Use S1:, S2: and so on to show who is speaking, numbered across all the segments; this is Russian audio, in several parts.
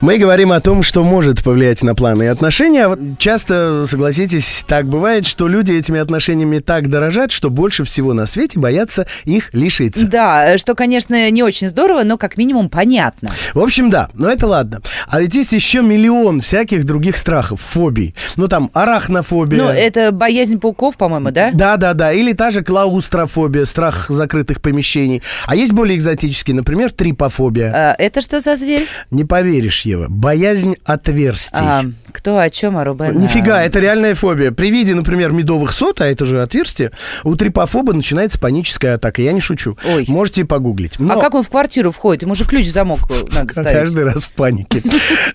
S1: Мы говорим о том, что может повлиять на планы и отношения. А Вот часто, согласитесь, так бывает, что люди этими отношениями так дорожат, что больше всего на свете боятся их лишиться.
S2: Да, э, что, конечно, не очень здорово, но как минимум понятно.
S1: В общем, да, но это ладно. А ведь есть еще миллион всяких других страхов, фобий. Ну там арахнофобия.
S2: Ну, это боязнь пауков, по-моему, да?
S1: Да, да, да. Или та же клаустрофобия, страх закрытых помещений. А есть более экзотические, например, трипофобия.
S2: Э, Это что за зверь?
S1: Не поверишь, Ева, боязнь отверстий.
S2: А, кто о чем, а Рубен?
S1: Нифига, это реальная фобия. При виде, например, медовых сот, а это же отверстие, у трипофоба начинается паническая атака. Я не шучу.
S2: Ой.
S1: Можете погуглить.
S2: А
S1: Но
S2: как он в квартиру входит? Ему же ключ в замок э, надо ставить.
S1: Каждый раз в панике.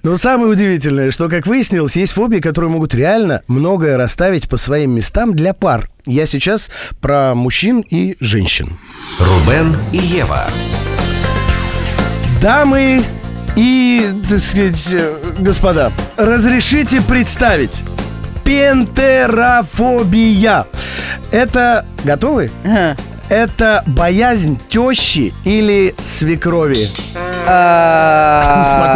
S1: Но самое удивительное, что, как выяснилось, есть фобии, которые могут реально многое расставить по своим местам для пар. Я сейчас про мужчин и женщин.
S3: Рубен и Ева.
S1: Дамы и, так сказать, э, господа, разрешите представить. Пентерофобия. Это... Готовы?
S2: Ага.
S1: Это боязнь тещи или свекрови.
S2: А,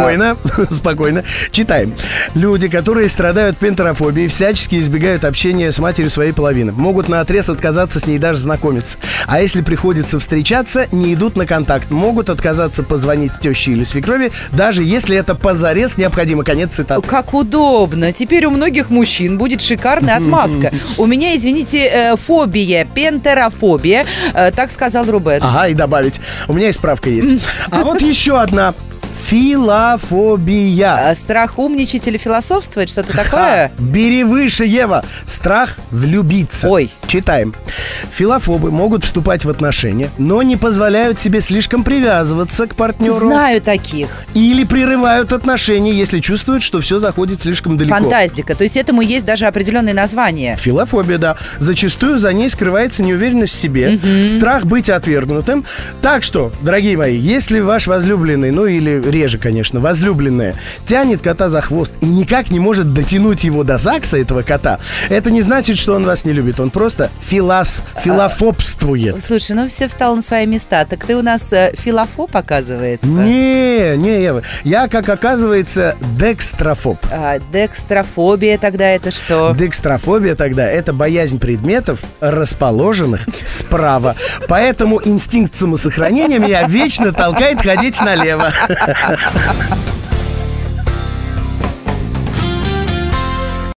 S1: Спокойно, спокойно. Читаем. Люди, которые страдают пентерофобией, всячески избегают общения с матерью своей половины. Могут на отрез отказаться с ней даже знакомиться. А если приходится встречаться, не идут на контакт. Могут отказаться позвонить теще или свекрови, даже если это позарез необходимо. Конец цитаты.
S2: Как удобно. Теперь у многих мужчин будет шикарная отмазка. У меня, извините, э, фобия, пентерофобия, э, так сказал Рубен.
S1: Ага, и добавить. У меня и справка есть. А вот еще одна. Филофобия.
S2: А, Страх умничать или философствовать, что-то
S1: Ха,
S2: такое?
S1: бери выше, Ева. Страх влюбиться.
S2: Ой.
S1: Читаем. Филофобы могут вступать в отношения, но не позволяют себе слишком привязываться к партнеру.
S2: Знаю таких.
S1: Или прерывают отношения, если чувствуют, что все заходит слишком далеко.
S2: Фантастика. То есть этому есть даже определенные названия.
S1: Филофобия, да. Зачастую за ней скрывается неуверенность в себе, страх быть отвергнутым. Так что, дорогие мои, если ваш возлюбленный, ну или реже, конечно, возлюбленная, тянет кота за хвост и никак не может дотянуть его до ЗАГСа, этого кота, это не значит, что он вас не любит. Он просто филас, филофобствует.
S2: Слушай, ну все встало на свои места. Так ты у нас э, филофоб, оказывается.
S1: Не, не, Ева. Я, как оказывается, декстрофоб.
S2: А, декстрофобия тогда это что?
S1: Декстрофобия тогда – это боязнь предметов, расположенных справа. Поэтому инстинкт самосохранения меня вечно толкает ходить налево.